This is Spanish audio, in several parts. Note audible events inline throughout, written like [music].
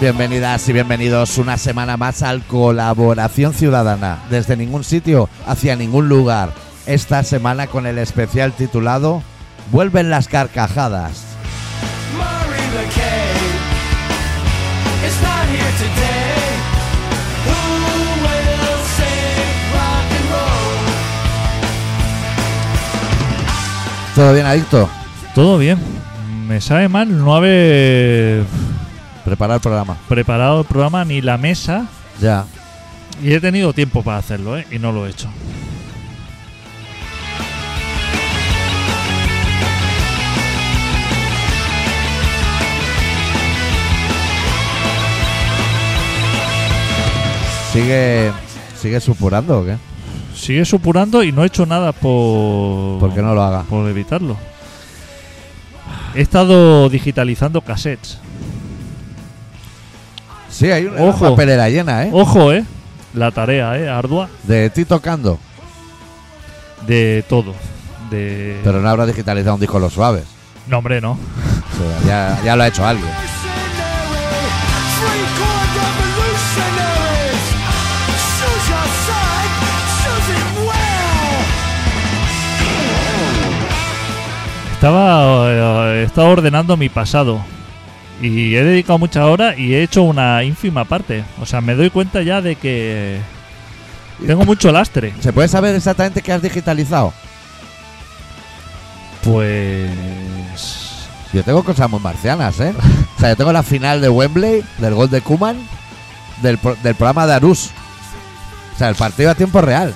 Bienvenidas y bienvenidos una semana más al Colaboración Ciudadana, desde ningún sitio hacia ningún lugar. Esta semana con el especial titulado Vuelven las carcajadas. Murray McKay is not here today. Who will save rock and roll? ¿Todo bien, adicto? Todo bien. Me sabe mal no haber Prepara el programa. preparado el programa ni la mesa. Ya. Y he tenido tiempo para hacerlo, ¿eh? Y no lo he hecho. ¿Sigue, sigue supurando o qué? Sigue supurando y no he hecho nada por... ¿Por qué no lo haga? Por evitarlo. He estado digitalizando cassettes. Sí, hay una Ojo. papelera llena, ¿eh? Ojo, ¿eh? La tarea, ¿eh? Ardua. De ti tocando. De todo. De... Pero no habrá digitalizado un disco Los Suaves. No, hombre, no. O sea, ya, ya lo ha hecho alguien. Mercenary, free corps revolutionaries. Choose your side, choose it well. Estaba, eh, estaba ordenando mi pasado. Y he dedicado muchas horas y he hecho una ínfima parte. O sea, me doy cuenta ya de que tengo mucho lastre. ¿Se puede saber exactamente qué has digitalizado? Pues... Yo tengo cosas muy marcianas, ¿eh? O sea, yo tengo la final de Wembley, del gol de Kuman, del, pro- del programa de Arús. O sea, el partido a tiempo real.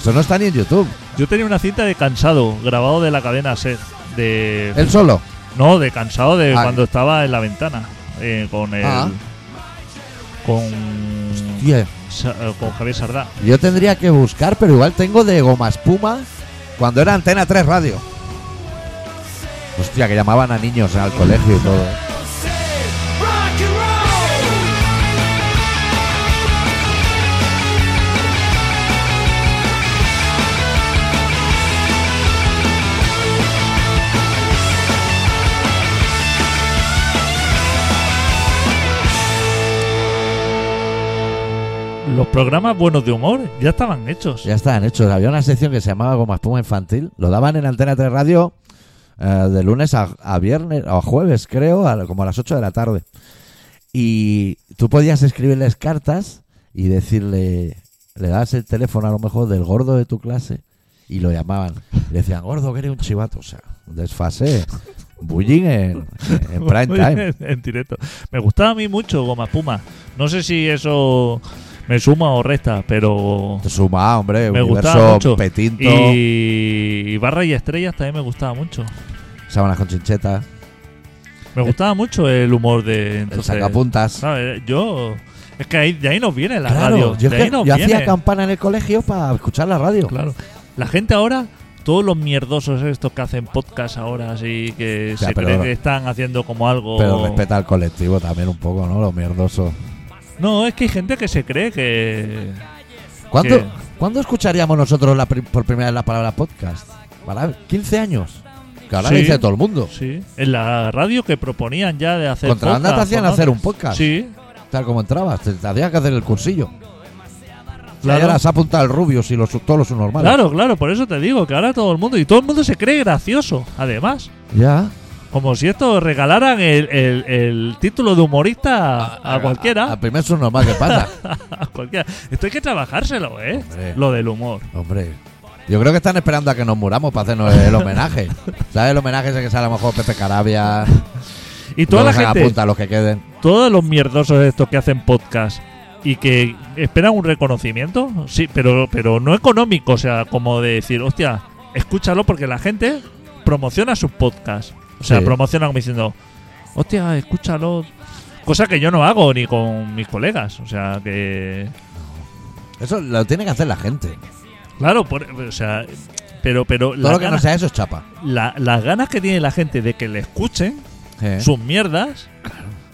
Eso no está ni en YouTube. Yo tenía una cinta de cansado, grabado de la cadena SER. De... Él solo. No, de cansado de Ah. cuando estaba en la ventana. eh, con el... Ah. Con... Tío, Sa- eh, Con Javier Sardá. yo tendría que buscar, pero igual tengo de Goma Espuma cuando era Antena 3 Radio. Hostia, que llamaban a niños al colegio y todo. ¿eh? Save rock and roll. Los programas buenos de humor ya estaban hechos. Ya estaban hechos. Había una sección que se llamaba Goma Espuma Infantil. Lo daban en Antena 3 Radio eh, de lunes a, a viernes, o a jueves, creo, a- como a las 8 de la tarde. Y tú podías escribirles cartas y decirle, le dabas el teléfono a lo mejor del gordo de tu clase y lo llamaban. Y le decían, gordo, que eres un chivato. O sea, un desfase. Bullying en, [laughs] en prime time. en directo. Me gustaba a mí mucho Goma Puma. No sé si eso me suma o resta, pero. Te suma, hombre, Me gustaba universo mucho. petinto, Y, y Barra y Estrellas también me gustaba mucho. sábanas con chinchetas, Me gustaba mucho el humor de. el entonces, sacapuntas. ¿sabes? Yo. Es que ahí, de ahí nos viene la Claro, yo, radio. de es que ahí nos yo viene. hacía campana en el colegio para escuchar la radio. Claro. La gente ahora, todos los mierdosos estos que hacen podcast ahora, así que Ya, se pero- creen que están haciendo como algo. Pero respeta al colectivo también un poco, ¿no? Lo mierdoso. No, es que hay gente que se cree que. ¿Cuánto, ¿Qué? ¿Cuándo escucharíamos nosotros la pri- por primera vez la palabra podcast? ¿Para 15 años. Que ahora Sí. lo dice todo el mundo. Sí, en la radio que proponían ya de hacer Contrabanda te podcast, hacían ¿no? hacer un podcast. Sí, Tal como entrabas, te, te hacías que hacer el cursillo. Claro. Claro. Ahora se apunta al rubio si los, todos los subnormales. claro, claro, por eso te digo que ahora todo el mundo, y todo el mundo se cree gracioso, además. Ya. Como si esto regalaran el, el- el título de humorista a, Ah, a cualquiera. Al primer subnormal que pasa. a cualquiera. Esto hay que trabajárselo, ¿eh? Hombre. Lo del humor. Hombre. Yo creo que están esperando a que nos muramos para hacernos el [laughs] homenaje. ¿Sabes? El homenaje ese que sale a lo mejor Pepe Carabia. Y toda la los gente, Sacapuntas, los que queden. todos los mierdosos estos que hacen podcast y que esperan un reconocimiento, sí, pero, pero no económico, o sea, como de decir, hostia, escúchalo porque la gente promociona sus podcasts. O sea, Sí. promociona como diciendo, hostia, escúchalo. Cosa que yo no hago ni con mis colegas. O sea, que. Eso lo tiene que hacer la gente. Claro, por- o sea, pero, pero Todo las lo que no ganas, sea eso es chapa. la- las ganas que tiene la gente de que le escuchen Eh. sus mierdas.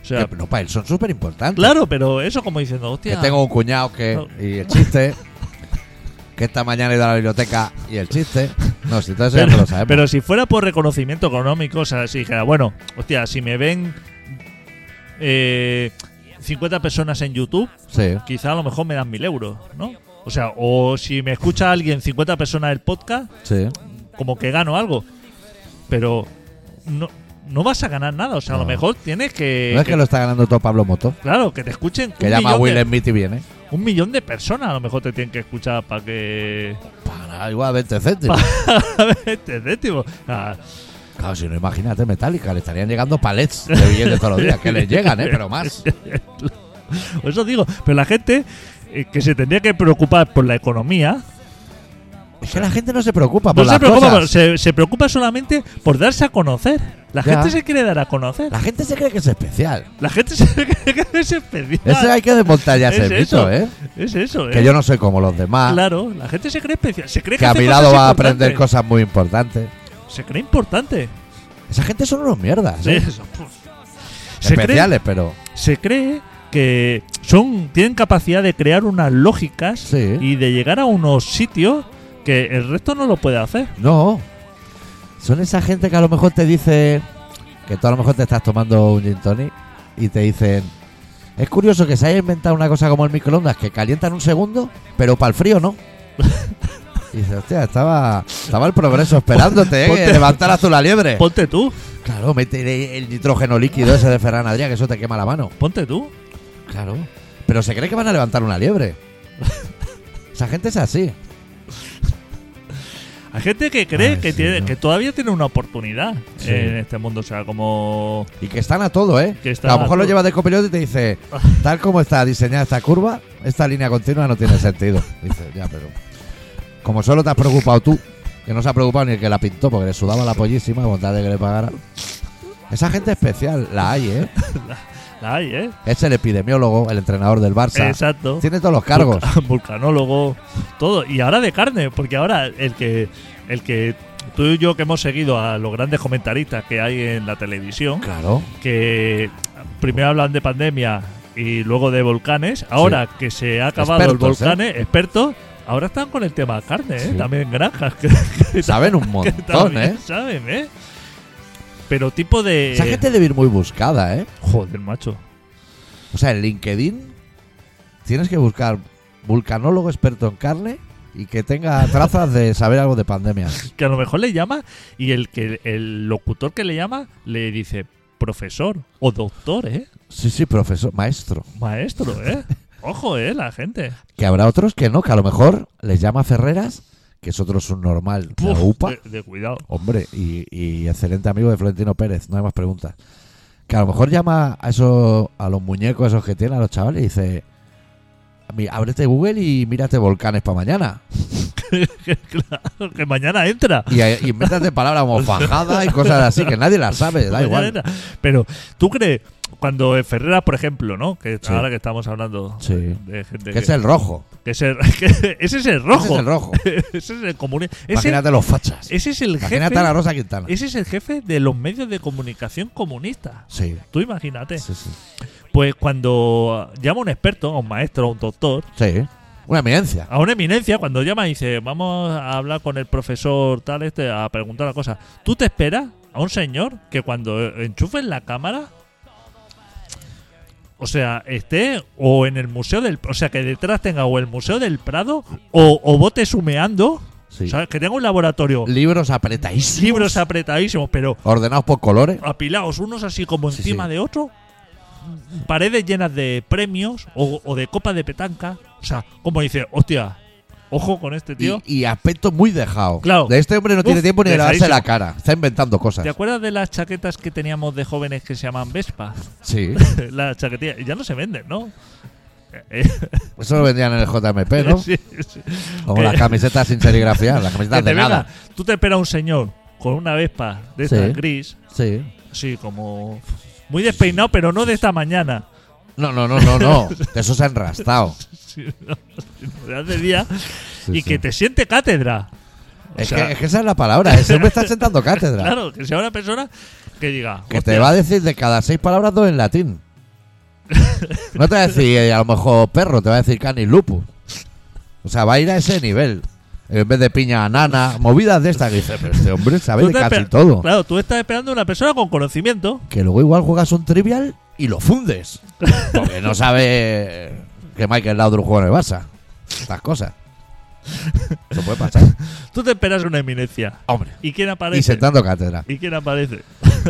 O sea, Que no, para él son súper importantes. claro, pero eso como diciendo, Que hostia. tengo un cuñado que. No. Y el chiste. que esta mañana he ido a la biblioteca y el chiste. No, si todo eso ya Pero, no lo sabemos. pero si fuera por reconocimiento económico, o sea, si dijera, bueno, hostia, si me ven eh, 50 personas en YouTube, Sí, quizá a lo mejor me dan 1000 euros, ¿no? O sea, o si me escucha alguien 50 personas el podcast, sí. como que gano algo. Pero no, no vas a ganar nada. O sea, a lo No. mejor tienes que. No es Eh, que- que lo está ganando todo Pablo Moto, Claro, que te escuchen. que un llama a millón Will de- Smith y viene. un millón de personas a lo mejor te tienen que escuchar para que. [laughs] Para igual 20 céntimos. este céntimo. Ah, Claro, si no, imagínate Metallica, le estarían llegando palets de billetes todos los días, que les llegan, ¿eh? Pero más. por eso digo. Pero la gente eh, que se tendría que preocupar por la economía. Es que la gente no se preocupa Ah, por No se las preocupa, cosas. por- se, se preocupa solamente por darse a conocer. La Ya. gente se quiere dar a conocer. La gente se cree que es especial. La gente se [laughs] cree que es especial. Ese hay que desmontar ya ese [laughs] Es mito, eso. ¿eh? Es eso, Que eh. yo no soy como los demás, Claro, la gente se cree especial. Se cree que a hace mi cosas lado va a aprender importantes. cosas muy importantes. Se cree importante. Esa gente son unos mierdas, Sí, ¿eh? eso, puf. Se cree, Especiales, pero... se cree que son tienen capacidad de crear unas lógicas Sí. y de llegar a unos sitios que el resto no lo puede hacer. No. Son esa gente que a lo mejor te dice que tú a lo mejor te estás tomando un gin tonic y te dicen, es curioso que se haya inventado una cosa como el microondas que calienta en un segundo, pero para el frío no. Y dices, hostia, estaba, estaba el progreso esperándote, ¿eh? Ponte- que levantaras tú la liebre. Ponte tú, Claro, mete el nitrógeno líquido ese de Ferran Adrià, que eso te quema la mano. ponte tú. Claro. Pero se cree que van a levantar una liebre. Esa gente es así. Hay gente que cree Ay, que sí, tiene, no. que todavía tiene una oportunidad Sí. en este mundo. O sea, como Y que están a todo, ¿eh? Que a están lo a mejor lo todo. llevas de copiloto y te [laughs] dice, tal como está diseñada esta curva, esta línea continua no tiene sentido. Dices, ya, pero. Como solo te has preocupado tú, que no se ha preocupado ni el que la pintó porque le sudaba la pollísima con tal de que le pagara. Esa gente especial la hay, ¿eh? la hay, ¿eh? Es el epidemiólogo, el entrenador del Barça. Exacto. Tiene todos los cargos. [laughs] Vulca- vulcanólogo, todo. Y ahora de carne, porque ahora el que, el que tú y yo que hemos seguido a los grandes comentaristas que hay en la televisión, Claro. que primero hablan de pandemia y luego de volcanes, ahora que se ha acabado Expertos, ¿eh? el volcán, expertos, ahora están con el tema carne, ¿eh? Sí. también granjas, [laughs] que, que Saben un [laughs] que montón, también ¿eh? saben, ¿eh? Pero tipo de... Esa gente debe ir muy buscada, ¿eh? Joder, macho. O sea, en LinkedIn tienes que buscar vulcanólogo experto en carne y que [laughs] tenga trazas de saber algo de pandemias. que a lo mejor le llama y el que el locutor que le llama le dice profesor o doctor, ¿eh? Sí, sí, profesor, maestro. Maestro, [laughs] ¿eh? Ojo, ¿eh? La gente. Que habrá otros que no, que a lo mejor les llama Ferreras, que es otro subnormal de la Uf, UPA. de, de cuidado. Hombre, y, y excelente amigo de Florentino Pérez, no hay más preguntas. Que a lo mejor llama a esos, a los muñecos esos que tiene, a los chavales, y dice, "Mi- ábrete Google y mírate volcanes para mañana. claro, que mañana entra. Y, eh, y invéntate palabras como [laughs] fajada y cosas así, que nadie las sabe, da Mañana igual. entra. Pero tú crees, cuando Ferreras, por ejemplo, ¿no? Que Sí. ahora que estamos hablando Sí. de gente Que es el rojo. que es el- [laughs] que ese es Ese el es rojo. el rojo. [laughs] Ese es el comuni- Ese, Imagínate los fachas. ese es el jefe. Imagínate a la Rosa Quintana. Ese es el jefe de los medios de comunicación comunistas. Sí, Tú imagínate. sí, sí. Pues cuando llama a un experto, a un maestro, a un doctor, Sí. Una eminencia. a una eminencia, cuando llama y dice, vamos a hablar con el profesor tal, este, a preguntar la cosa, ¿tú te esperas a un señor que cuando eh, enchufen la cámara, o sea, esté o en el museo del, o sea, que detrás tenga o el museo del Prado o, o botes humeando, Sí. ¿sabes? Que tenga un laboratorio, Libros apretadísimos. libros apretadísimos, pero Ordenados por colores. apilados unos así como Sí, encima sí. de otro, paredes llenas de premios o, o de copas de petanca. O sea, como dice, hostia, ojo con este tío. Y, y aspecto muy dejado. Claro. De este hombre no tiene Uf, tiempo ni de lavarse dejadísimo. la cara. Está inventando cosas. ¿Te acuerdas de las chaquetas que teníamos de jóvenes que se llaman Vespa? [laughs] Sí. las chaquetillas ya no se venden, ¿no? Eso lo vendían en el JMP, Eh, ¿no? [laughs] Sí, sí. Como las camisetas sin serigrafía, [laughs] [laughs] las Que camisetas te de nada. venga, tú te esperas un señor con una Vespa de esta Sí. gris, Sí. sí, como muy despeinado, pero no de esta mañana. [laughs] No, no, no, no, no. De eso se han rastrado. Sí, no, de hace día [laughs] y que te siente cátedra. O Es, sea, que, es que esa es la palabra. Ese hombre está sentando cátedra. [laughs] Claro, que sea una persona que diga. Que te "Hostia, va a decir de cada seis palabras dos en [laughs] latín. No te va a decir eh, a lo mejor perro, te va a decir canis lupus. O sea, va a ir a ese nivel. En vez de piña nana, movidas de estas que dice, pero este hombre sabe tú de estás casi esper- todo. Claro, tú estás esperando una persona con conocimiento. Que luego igual juegas un trivial y lo [laughs] fundes. Porque no sabe que Michael Laudrup juega en el Barça. Estas cosas. Eso puede pasar. Tú te esperas una eminencia. Hombre. ¿Y quién aparece? Y sentando cátedra. ¿Y quién aparece?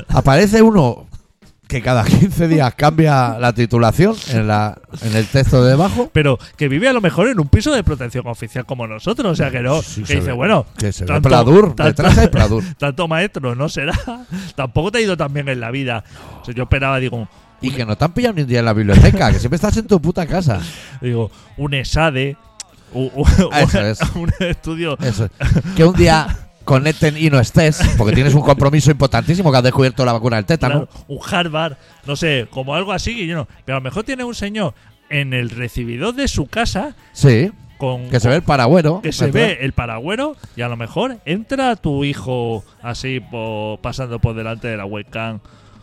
Aparece uno que cada 15 días cambia la titulación en, la, en el texto de debajo. Pero que vive a lo mejor en un piso de protección oficial como nosotros. O sea que no. Sí, que se dice, ve. bueno, Que se ve tanto- Pladur, tanto- detrás hay Pladur. tanto maestro no será. [laughs] Tampoco te ha ido tan bien en la vida. O sea, yo esperaba, digo, Y que no te han pillado ni un día en la biblioteca, que siempre estás en tu puta [laughs] casa. digo un E ESADE, u- u- Ah, [laughs] Eso es. un estudio. Eso. Que un día conecten y no estés, porque tienes un compromiso importantísimo que has descubierto la vacuna del tétano. Claro, un Harvard, no sé, como algo así, y yo no. Pero a lo mejor tiene un señor en el recibidor de su casa Sí, con que se ve el paragüero. que se ve el paragüero y a lo mejor entra tu hijo así po- pasando por delante de la webcam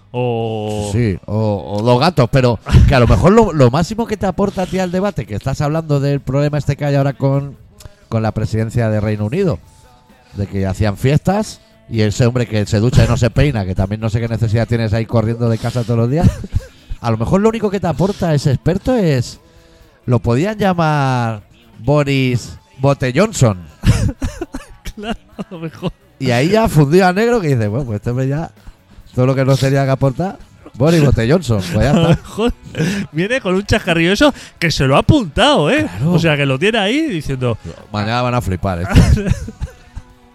o Sí, o, o dos gatos, pero que a lo mejor lo, lo máximo que te aporta a ti al debate, que estás hablando del problema este que hay ahora con, con la presidencia de Reino Unido, de que hacían fiestas y ese hombre que se ducha y no se peina, que también no sé qué necesidad tienes ahí corriendo de casa todos los días, a lo mejor lo único que te aporta ese experto es, lo podían llamar Boris Bote Johnson. [laughs] a lo mejor Y ahí ya fundido a negro que dice, bueno, pues este hombre ya, todo lo que no tenía que aportar, Boris Bote Johnson, pues ya a lo está. mejor viene con un chascarrillo eso que se lo ha apuntado, ¿eh? Claro. O sea, que lo tiene ahí diciendo, Mañana van a flipar. esto.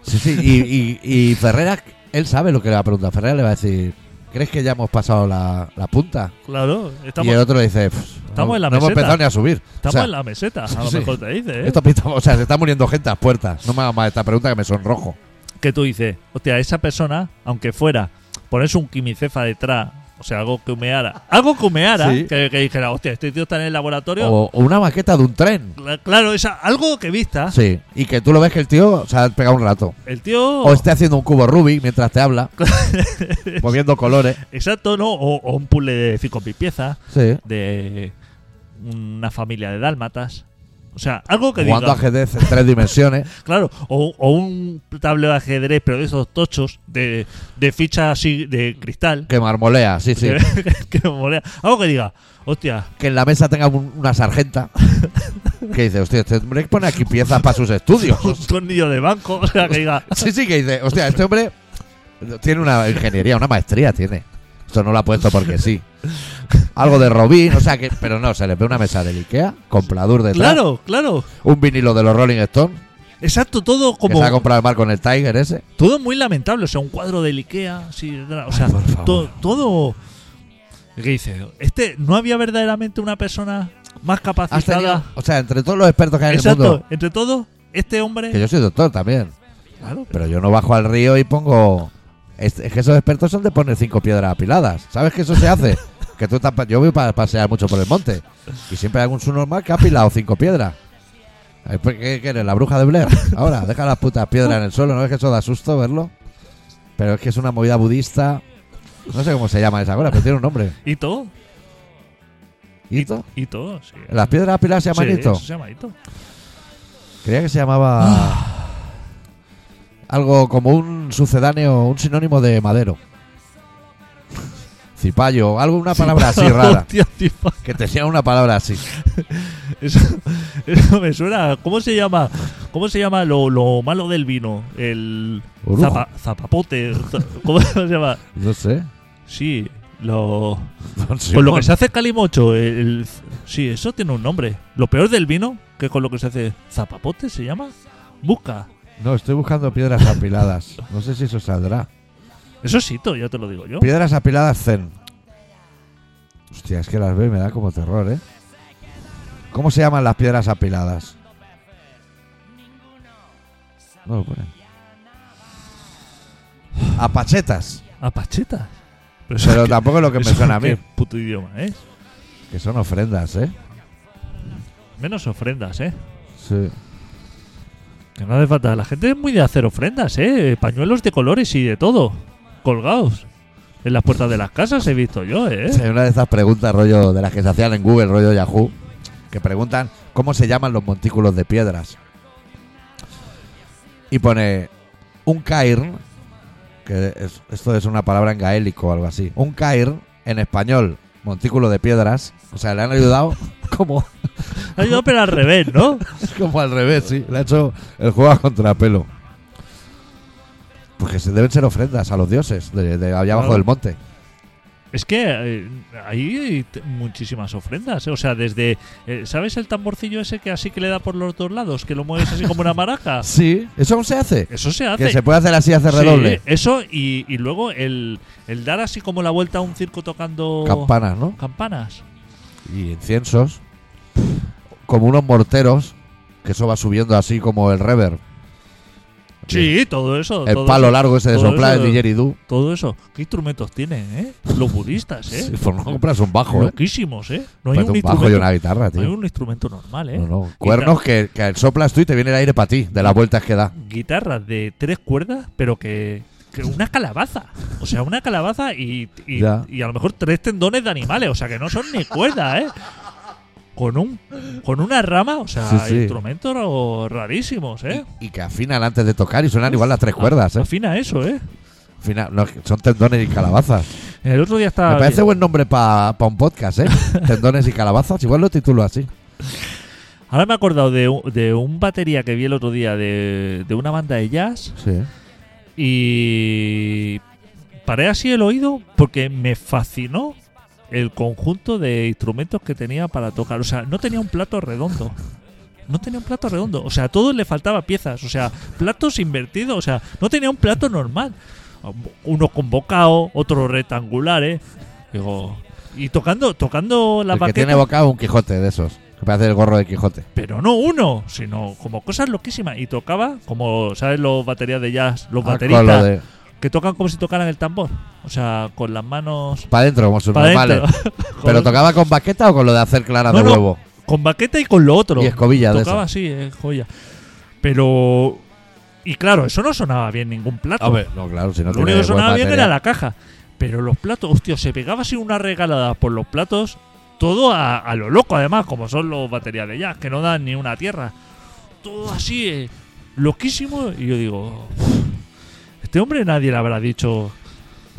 Sí, sí, y, y, y Ferreras, él sabe lo que le va a preguntar. Ferreras le va a decir, ¿crees que ya hemos pasado la, la punta? claro, y estamos, el otro dice, "Pff, estamos no, en la no hemos meseta. empezado ni a subir. estamos o sea, en la meseta, a lo sí. mejor te dice, ¿eh? esto pinta- o sea, se está muriendo gente a las puertas. No me hagas más esta pregunta que me sonrojo. Que tú dices, hostia, esa persona, aunque fuera, ponerse un quimicefa detrás, o sea, algo que humeara, algo que humeara, Sí. que, que dijera, hostia, este tío está en el laboratorio. O, o una maqueta de un tren. Cla- Claro, esa, algo que vista. Sí, y que tú lo ves que el tío se ha pegado un rato. El tío. O este- esté haciendo un cubo Rubik mientras te [laughs] habla, moviendo colores. Exacto, ¿no? O, o un puzzle de cinco mil piezas Sí. de una familia de dálmatas. O sea, algo que Jugando diga. ajedrez en tres dimensiones. Claro, o, o un tablero de ajedrez, pero de esos tochos, de, de fichas así de cristal. Que marmolea, sí, sí. [laughs] Que, que molea. Algo que diga, hostia, que en la mesa tenga un- una sargenta que dice, hostia, este hombre pone aquí piezas para sus estudios. [laughs] un tornillo de banco. O sea, que diga, Sí, sí, que dice, hostia, este hombre tiene una ingeniería, una maestría tiene. Esto no lo ha puesto porque sí. Algo de Robin, o sea que, pero no, se le ve una mesa de Ikea, comprador de claro, claro. un vinilo de los Rolling Stones, Exacto, todo que como. se ha comprado el mar con el Tiger ese. Todo muy lamentable, o sea, un cuadro del Ikea, sí, o sea, por favor. to- todo... ¿Qué dice? Este, ¿no había verdaderamente una persona más Has tenido- capacitada? o sea, entre todos los expertos que hay en el Exacto, mundo, entre todos, este hombre... que yo soy doctor también, Claro, pero yo no bajo al río y pongo. Es, es que esos expertos son de poner cinco piedras apiladas. ¿Sabes que eso se hace? Que tú tampa- yo voy para pasear mucho por el monte y siempre hay algún subnormal que ha apilado cinco piedras. Ay, pues, ¿Qué, qué eres? ¿La bruja de Blair? Ahora, deja las putas piedras en el suelo, ¿no es que eso da susto verlo? Pero es que es una movida budista. No sé cómo se llama esa ahora, pero tiene un nombre. y todo, ¿Hito? y todo, sí. ¿Las piedras apiladas se llaman Sí, Hito? eso se llama Ito. Creía que se llamaba. algo como un sucedáneo, un sinónimo de madero. Cipayo, algo, una palabra [laughs] así rara. Hostia, tío, Que tenía una palabra así. eso, eso me suena... ¿Cómo se llama? ¿Cómo se llama lo, lo malo del vino? El... Orujo. zapa- zapapote. [laughs] ¿Cómo se llama? No sé. Sí, lo... Don Con Pues lo Simón. que se hace calimocho, el, el- sí, eso tiene un nombre. Lo peor del vino, que con lo que se hace zapapote se llama, busca. No, estoy buscando piedras apiladas. No sé si eso saldrá. Eso es hito, ya te lo digo yo. Piedras apiladas zen. Hostia, es que las veo y me da como terror, ¿eh? ¿Cómo se llaman las piedras apiladas? No lo ponen. Apachetas. Apacheta. Pero, eso Pero es tampoco [laughs] es lo que me eso suena a qué mí. puto idioma, ¿eh? Que son ofrendas, ¿eh? Menos ofrendas, ¿eh? Sí. Que no hace falta. La gente es muy de hacer ofrendas, ¿eh? Pañuelos de colores y de todo. Colgados. En las puertas de las casas he visto yo, [laughs] ¿eh? Es una de estas preguntas, rollo, de las que se hacían en Google, rollo Yahoo, que preguntan cómo se llaman los montículos de piedras. Y pone un cairn, que es- esto es una palabra en gaélico o algo así. Un cairn en español montículo de piedras. O sea, le han ayudado [laughs] como, Ha ido pero al revés, ¿no? como al revés, sí. Le ha hecho el juego a contrapelo. Porque se deben ser ofrendas a los dioses de, de allá abajo Claro. del monte. Es que eh, hay t- muchísimas ofrendas, ¿eh? o sea, desde... eh, ¿Sabes el tamborcillo ese que así que le da por los dos lados? Que lo mueves así como [laughs] una maraca. Sí. ¿Eso aún se hace? Eso se Que hace. se puede hacer así, hacer Sí, redoble. eso y, y luego el, el dar así como la vuelta a un circo tocando Campanas, ¿no? campanas. Y inciensos. Como unos morteros. Que eso va subiendo así como el reverb. Sí, todo eso. El todo palo eso, largo ese de todo soplar, eso- el didgeridoo. Todo eso. ¿Qué instrumentos tienen, eh? Los [laughs] budistas, eh. Sí, por no comprarse un bajo, ¿eh? Loquísimos, eh. No hay Cómprate un, Pues un bajo y instrumento, una guitarra, no hay tío. un instrumento normal, eh. No, no. Cuernos que, que soplas tú y te viene el aire para ti, de las vueltas que da. Guitarras de tres cuerdas, pero que, que una calabaza. O sea, una calabaza y, y, Ya. y a lo mejor tres tendones de animales. O sea, que no son ni cuerdas, eh. Con un con una rama, o sea, Sí, sí. instrumentos rarísimos, eh. Y, y que afinan antes de tocar y suenan igual las tres cuerdas, ¿eh? Afina eso, eh. Afina- no, es que son tendones y calabazas. El otro día estaba. Me parece buen nombre para un podcast, [laughs] ¿eh? tendones y calabazas. Igual lo titulo así. Ahora me he acordado de un, de un batería que vi el otro día de, de una banda de jazz Sí. y paré así el oído porque me fascinó el conjunto de instrumentos que tenía para tocar. O sea, no tenía un plato redondo. No tenía un plato redondo. O sea, a todos le faltaba piezas. O sea, platos invertidos. O sea, no tenía un plato normal. Uno con bocado, otro rectangulares. Digo, y tocando, tocando la el que tiene baqueta. bocado un Quijote de esos. Que parece el gorro de Quijote. Pero no uno, sino como cosas loquísimas. Y tocaba, como, ¿sabes? Los baterías de jazz, Ah, los bateristas, que tocan como si tocaran el tambor. O sea, con las manos Para adentro, como sus para normales. [laughs] adentro. Pues [laughs] ¿Pero Con- tocaba con baqueta o con lo de hacer clara No, de no. huevo? Con baqueta y con lo otro. Y escobilla de tocaba esas. así, eh, joya. Pero... Y claro, eso no sonaba bien ningún plato. Hombre, no, claro, si no Lo tiene único que buen sonaba bien material. era la caja. Pero los platos, hostia, se pegaba así una regalada por los platos. Todo a, a lo loco, además, como son los baterías de jazz, que no dan ni una tierra. Todo así, eh, loquísimo. Y yo digo, "Uf, este hombre nadie le habrá dicho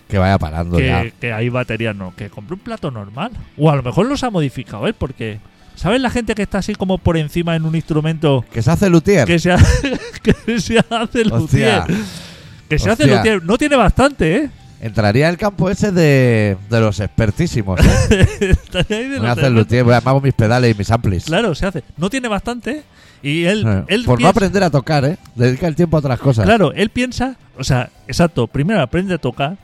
Que vaya parando ya. que, que hay baterías, no, que compré un plato normal. O a lo mejor los ha modificado él, porque, ¿sabes la gente que está así como por encima en un instrumento Que se hace luthier. que se, ha- [laughs] que se hace el Hostia, luthier? Que se hace hostia. luthier. No tiene bastante, ¿eh? [laughs] entraría en el campo ese de, de los expertísimos. ¿eh? Está ahí de Voy a los hacer luthier, voy a hago mis pedales y mis amplis. Claro, se hace. No tiene bastante y él, Eh, él Por no piensa, aprender a tocar, ¿eh? Dedica el tiempo a otras cosas. claro, él piensa, o sea, exacto, primero aprende a tocar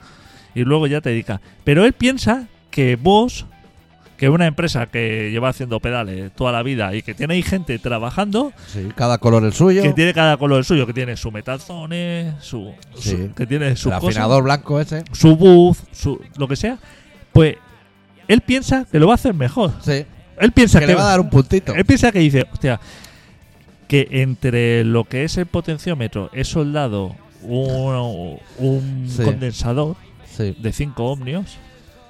y luego ya te dedica. Pero él piensa que vos, que una empresa que lleva haciendo pedales toda la vida y que tiene ahí gente trabajando, Sí, cada color el suyo. que tiene cada color el suyo, que tiene su metazones, su, su- Sí. que tiene su el cosa, afinador blanco ese. su booth, su lo que sea, pues él piensa que lo va a hacer mejor. Sí. Él piensa que le va a dar un puntito. Él piensa que dice, hostia, que entre lo que es el potenciómetro he soldado un, un Sí. condensador Sí. de 5 ohmios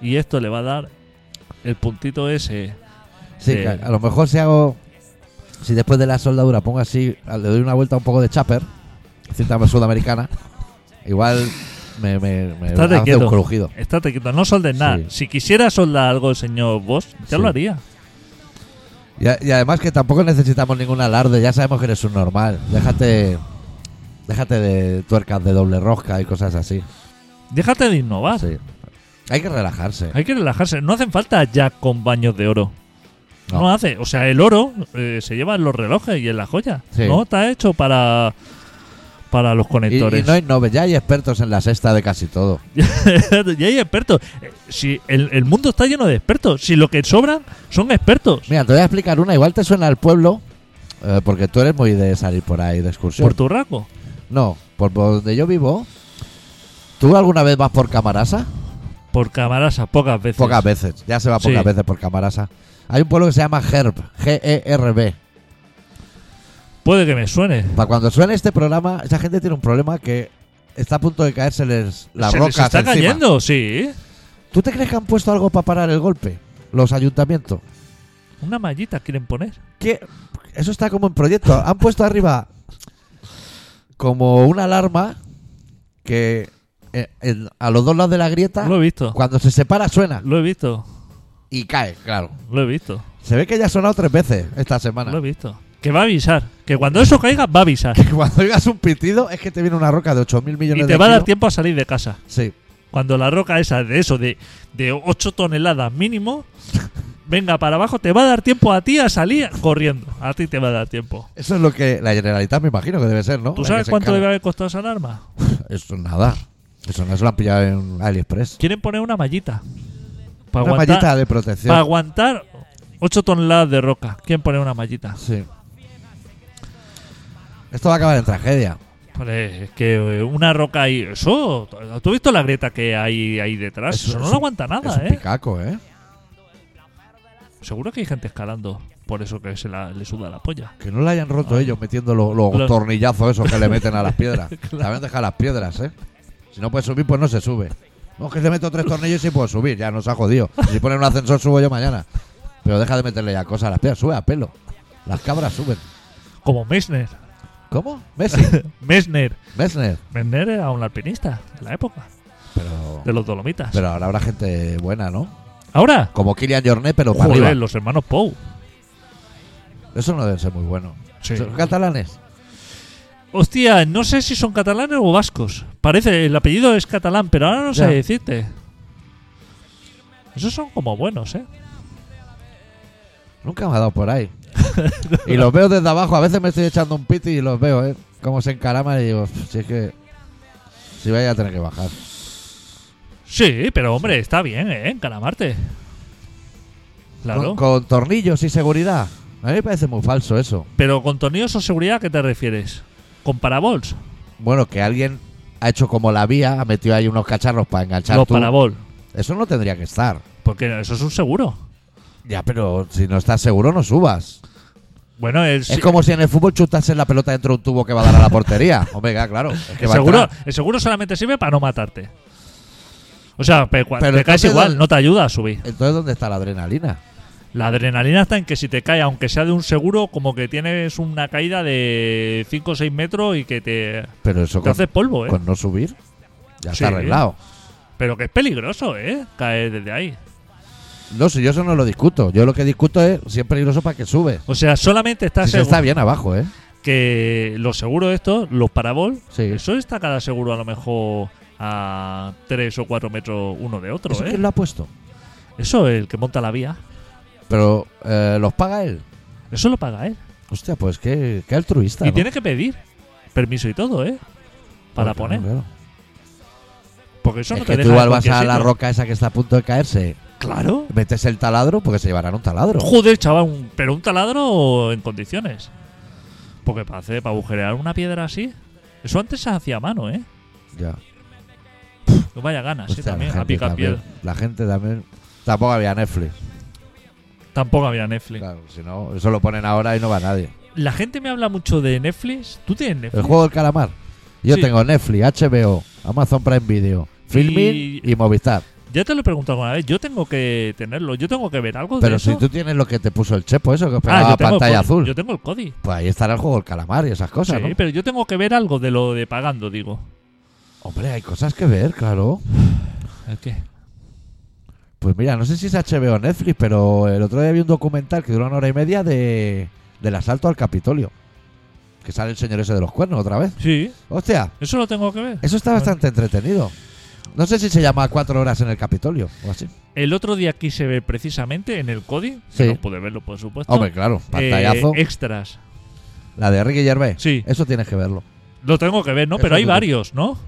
y esto le va a dar el puntito ese. Sí, Sí. que a lo mejor si hago. Si después de la soldadura pongo así, le doy una vuelta un poco de chopper, cinta sudamericana, igual me, me, me Estate hace quieto. un crujido. Estate quieto, no soldes nada. Sí. Si quisiera soldar algo el señor Bosch, ya Sí. lo haría. Y, a- y además que tampoco necesitamos ningún alarde, ya sabemos que eres un normal. Déjate. Déjate de tuercas de doble rosca y cosas así. Déjate de innovar. Sí. Hay que relajarse. Hay que relajarse. No hacen falta ya con baños de oro. No, No. hace. O sea, el oro eh, se lleva en los relojes y en las joyas. Sí. No está hecho para, para los Y, conectores. y no innoves, ya hay expertos en la sexta de casi todo. [laughs] y hay expertos. Eh, Si el, el mundo está lleno de expertos. Si lo que sobran son expertos. Mira, te voy a explicar una, igual te suena al pueblo, eh, porque tú eres muy de salir por ahí de excursión. Por tu rasgo. No, por, por donde yo vivo. ¿Tú alguna vez vas por Camarasa? Por camarasa, pocas veces. Pocas veces, ya se va pocas Sí. veces por Camarasa. Hay un pueblo que se llama Gerb, E G-E-R-B. Puede que me suene. Para cuando suene este programa, esa gente tiene un problema que está a punto de caérseles las se, rocas se está encima. cayendo, sí. ¿Tú te crees que han puesto algo para parar el golpe? Los ayuntamientos. Una mallita quieren poner. ¿Qué? Eso está como en proyecto. Han puesto arriba como una alarma que eh, en- a los dos lados de la grieta, Lo he visto. cuando se separa, suena. Lo he visto. y cae, claro. Lo he visto. Se ve que ya ha sonado tres veces esta semana. Lo he visto. Que va a avisar. Que cuando eso caiga, va a avisar. [laughs] Que cuando oigas un pitido es que te viene una roca de 8.000 millones Y de te va a dar kilos. tiempo a salir de casa. Sí. Cuando la roca esa de eso, de, de 8 toneladas mínimo, venga para abajo, te va a dar tiempo a ti a salir corriendo. A ti te va a dar tiempo. Eso es lo que la Generalitat me imagino que debe ser, ¿no? ¿Tú La que sabes se cuánto le debe encarga. haber costado esa alarma? Eso nada. Eso no se lo han pillado en AliExpress. Quieren poner una mallita. Para Una aguantar, mallita de para protección. aguantar 8 toneladas de roca. ¿Quién pone una mallita? Sí. Esto va a acabar en tragedia. Pues es que eh, una roca ahí. Eso. ¿Tú has visto la grieta que hay ahí detrás? Eso- Eso, no eso- lo aguanta es nada, un ¿eh? picaco, ¿eh? Seguro que hay gente escalando. Por eso que se la- le suda la polla. Que no la hayan roto ellos metiendo los, los Los- tornillazos esos que le meten a [laughs] las piedras. Claro. También deja las piedras, ¿eh? Si no puedes subir, pues no se sube. No, que le meto tres tornillos y puedo subir, ya nos ha jodido. Si ponen un ascensor, subo yo mañana. Pero deja de meterle ya cosas a las piedras, sube a pelo. Las cabras suben. Como Messner. ¿Cómo? Messi. [laughs] Messner. Messner. Messner era un alpinista en la época. Pero, De los Dolomitas. pero ahora habrá gente buena, ¿no? Ahora. Como Kylian Jornet, pero para Joder, arriba. los hermanos Pou. Eso no debe ser muy bueno. Sí. ¿Son catalanes? Hostia, no sé si son catalanes o vascos. Parece, el apellido es catalán, pero ahora no Ya. sé decirte. Esos son como buenos, ¿eh? Nunca me ha dado por ahí. y los veo desde abajo. A veces me estoy echando un piti y los veo, ¿eh? Cómo se encaraman y digo, si es que. Si vaya a tener que bajar. Sí, pero hombre, está bien, ¿eh? Encalamarte. Claro. Con, con tornillos y seguridad. A mí me parece muy falso eso. Pero con tornillos o seguridad, ¿a qué te refieres? ¿Con parabols? Bueno, que alguien ha hecho como la vía, ha metido ahí unos cacharros para enganchar. Los tú. parabol. Eso no tendría que estar. Porque eso es un seguro. Ya, pero si no estás seguro, no subas. Bueno, el, Es como si en el fútbol chutases la pelota dentro de un tubo que va a dar a la portería. [laughs] Omega, claro. Es que el va a seguro, entrar. el seguro solamente sirve para no matarte. O sea, pe- cua- Pero te caes entonces, igual, ¿dónde- no te ayuda a subir. Entonces, ¿dónde está la adrenalina? La adrenalina está en que si te cae, aunque sea de un seguro, como que tienes una caída de 5 o 6 metros y que te, Pero eso te con, haces polvo, ¿eh? con Pues no subir ya Sí. está arreglado. Pero que es peligroso, ¿eh? Caer desde ahí. No, si yo eso no lo discuto. Yo lo que discuto es si es peligroso para que sube. O sea, solamente está Si se seguro está bien abajo, ¿eh? que los seguros estos, los parabol, Sí. eso está cada seguro a lo mejor a 3 o 4 metros uno de otro, ¿Eso ¿eh? quién lo ha puesto? Eso el que monta la vía. Pero eh, los paga él. Eso lo paga él. Hostia, pues qué, qué altruista. Y ¿no? tienes que pedir permiso y todo, ¿eh? Para Claro, poner. claro. Porque eso Es no te que tú deja igual en vas a cualquier la sitio. roca esa que está a punto de caerse, Claro. metes el taladro porque se llevarán un taladro. Joder, chaval, un- pero un taladro en condiciones. Porque para hacer, para agujerear una piedra así, eso antes se hacía a mano, ¿eh? Ya. No vaya ganas, sí, Hostia, también, la, a gente picar también, piedra. la gente también. Tampoco había Netflix. Tampoco había Netflix. Claro, si no, eso lo ponen ahora y no va nadie. La gente me habla mucho de Netflix. ¿Tú tienes El Netflix? juego del calamar. Yo Sí. tengo Netflix, HBO, Amazon Prime Video, Filmin y, Movistar. Ya te lo he preguntado alguna vez. Yo tengo que tenerlo. Yo tengo que ver algo de Pero eso. si tú tienes lo que te puso el chepo, eso que os Ah, pegaba yo tengo el pantalla Codi. azul, Yo tengo el CODI. pues ahí estará el juego del calamar y esas cosas, sí, ¿no? pero yo tengo que ver algo de lo de pagando, digo. Hombre, hay cosas que ver, claro. ¿El qué? Pues mira, no sé si es HBO o Netflix, pero el otro día vi un documental que duró una hora y media de del asalto al Capitolio. Que sale el señor ese de los cuernos otra vez. Sí, Hostia, eso lo tengo que ver. eso está bastante entretenido. No sé si se llama Cuatro horas en el Capitolio o así. El otro día quise ver precisamente en el CODI. Sí. que No pude verlo, por supuesto. Hombre, claro, eh, pantallazo. extras. La de Ricky Gervais. Sí. Eso tienes que verlo. Lo tengo que ver, ¿no? Eso Pero hay tú te- varios, ¿no?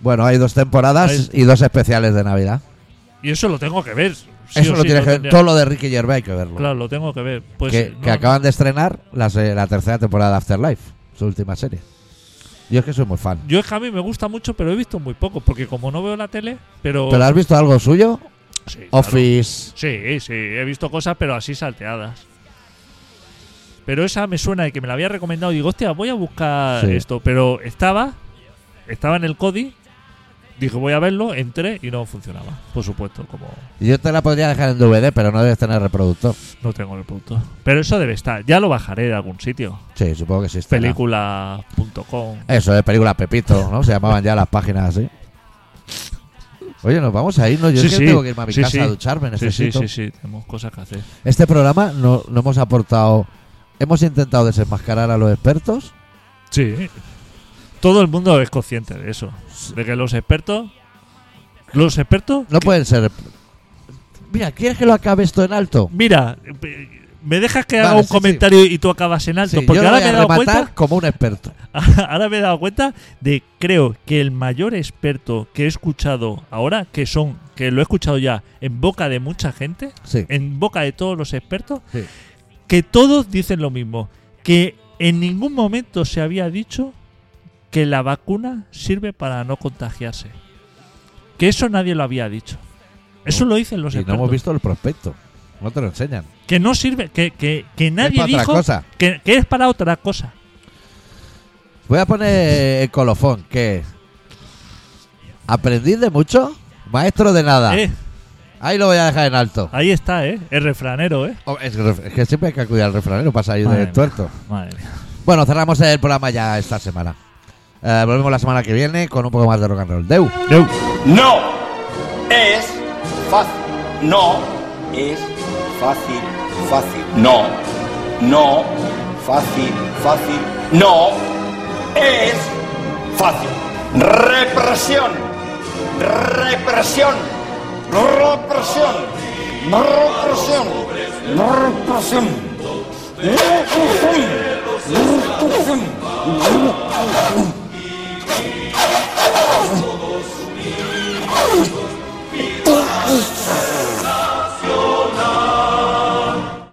Bueno, hay dos temporadas Hay- y dos especiales de Navidad. Y eso lo tengo que ver. sí Eso o lo sí, tienes que ver. tendría- Todo lo de Ricky Gervais hay que verlo. Claro, lo tengo que ver. Pues, que, no, que acaban de estrenar la, se- la tercera temporada de Afterlife, su última serie. Yo es que soy muy fan. Yo es que a mí me gusta mucho, pero he visto muy poco. Porque como no veo la tele, pero. ¿Pero has visto algo suyo? Sí, Oh. claro. Office. Sí, sí, he visto cosas, pero así salteadas. Pero esa me suena de que me la había recomendado. Digo, hostia, voy a buscar Sí. esto. Pero estaba, estaba en el CODI. Dije, voy a verlo, entré y no funcionaba. Por supuesto, como Yo te la podría dejar en DVD, pero no debes tener reproductor. no tengo el producto. Pero eso debe estar. Ya lo bajaré de algún sitio. Sí, supongo que sí. estará. Película.com. Eso es película Pepito, ¿no? Se llamaban ya las páginas así. Oye, nos vamos a ir, ¿no? Yo Sí, es que sí. tengo que irme a mi Sí, casa sí. a ducharme, Sí, sí, necesito. sí, sí, tenemos cosas que hacer. Este programa no, no hemos aportado. Hemos intentado desenmascarar a los expertos. Sí. Todo el mundo es consciente de eso. De que los expertos. Los expertos. No pueden ser. Mira, ¿quieres que lo acabe esto en alto? Mira, me dejas que haga Vale, un sí, comentario y tú acabas en alto. Sí, yo porque lo ahora voy me he a dado rematar cuenta. como un experto. Ahora me he dado cuenta [laughs] de creo que el mayor experto que he escuchado ahora, que son, que lo he escuchado ya en boca de mucha gente, Sí. en boca de todos los expertos, Sí. que todos dicen lo mismo, que en ningún momento se había dicho que la vacuna sirve para no contagiarse. Que eso nadie lo había dicho. Eso lo dicen los Y no expertos. hemos visto el prospecto. No te lo enseñan. Que no sirve, que, que, que Es nadie para otra dijo cosa. Que, que es para otra cosa. Voy a poner el colofón, que es aprendiz de mucho, maestro de nada. Eh, Ahí lo voy a dejar en alto. ahí está, ¿eh? El refranero, ¿eh? Oh, Es que, es que siempre hay que acudir al refranero para salir Madre del mía. tuerto. Madre mía. Bueno, cerramos el programa ya esta semana. Eh, volvemos la semana que viene con un poco más de rock and roll. Deu. Deu. No es fácil. No es fácil, fácil. No, no, fácil, fácil. No es fácil. Represión, represión, represión, represión, represión. Represión, represión.